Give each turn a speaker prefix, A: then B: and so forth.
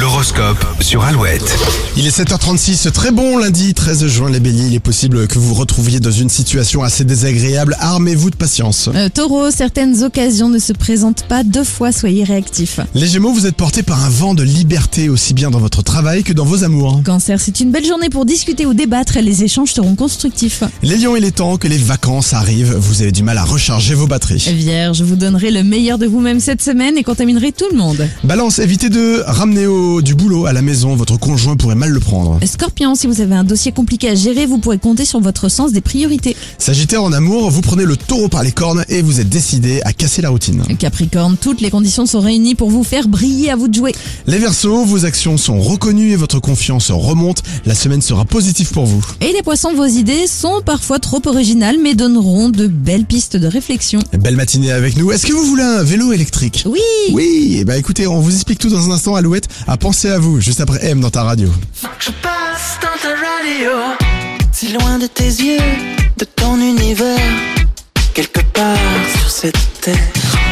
A: L'horoscope sur Alouette.
B: Il est 7h36, très bon lundi 13 juin les béliers, il est possible que vous vous retrouviez dans une situation assez désagréable, armez-vous de patience.
C: Euh, taureau, certaines occasions ne se présentent pas deux fois, soyez réactifs.
B: Les gémeaux, vous êtes portés par un vent de liberté aussi bien dans votre travail que dans vos amours.
C: Cancer, c'est une belle journée pour discuter ou débattre, les échanges seront constructifs.
B: Les lions, il est temps que les vacances arrivent, vous avez du mal à recharger vos batteries.
C: Vierge, vous donnerez le meilleur de vous-même cette semaine et contaminerez tout le monde.
B: Balance, évitez de ramener au, du boulot à la maison, votre conjoint pourrait mal le prendre.
C: Scorpion, si vous avez un dossier compliqué à gérer, vous pourrez compter sur votre sens des priorités.
B: Sagittaire en amour, vous prenez le taureau par les cornes et vous êtes décidé à casser la routine.
C: Capricorne, toutes les conditions sont réunies pour vous faire briller à vous de jouer.
B: Les Verseaux, vos actions sont reconnues et votre confiance remonte, la semaine sera positive pour vous.
C: Et les poissons, vos idées sont parfois trop originales mais donneront de belles pistes de réflexion.
B: Belle matinée avec nous. Est-ce que vous voulez un vélo électrique
C: Oui
B: Oui, et bah écoutez, on vous explique tout dans un instant, Alouette, à penser à vous, juste après M dans ta radio.
D: Je passe dans ta radio, si loin de tes yeux, de ton univers, quelque part sur cette terre.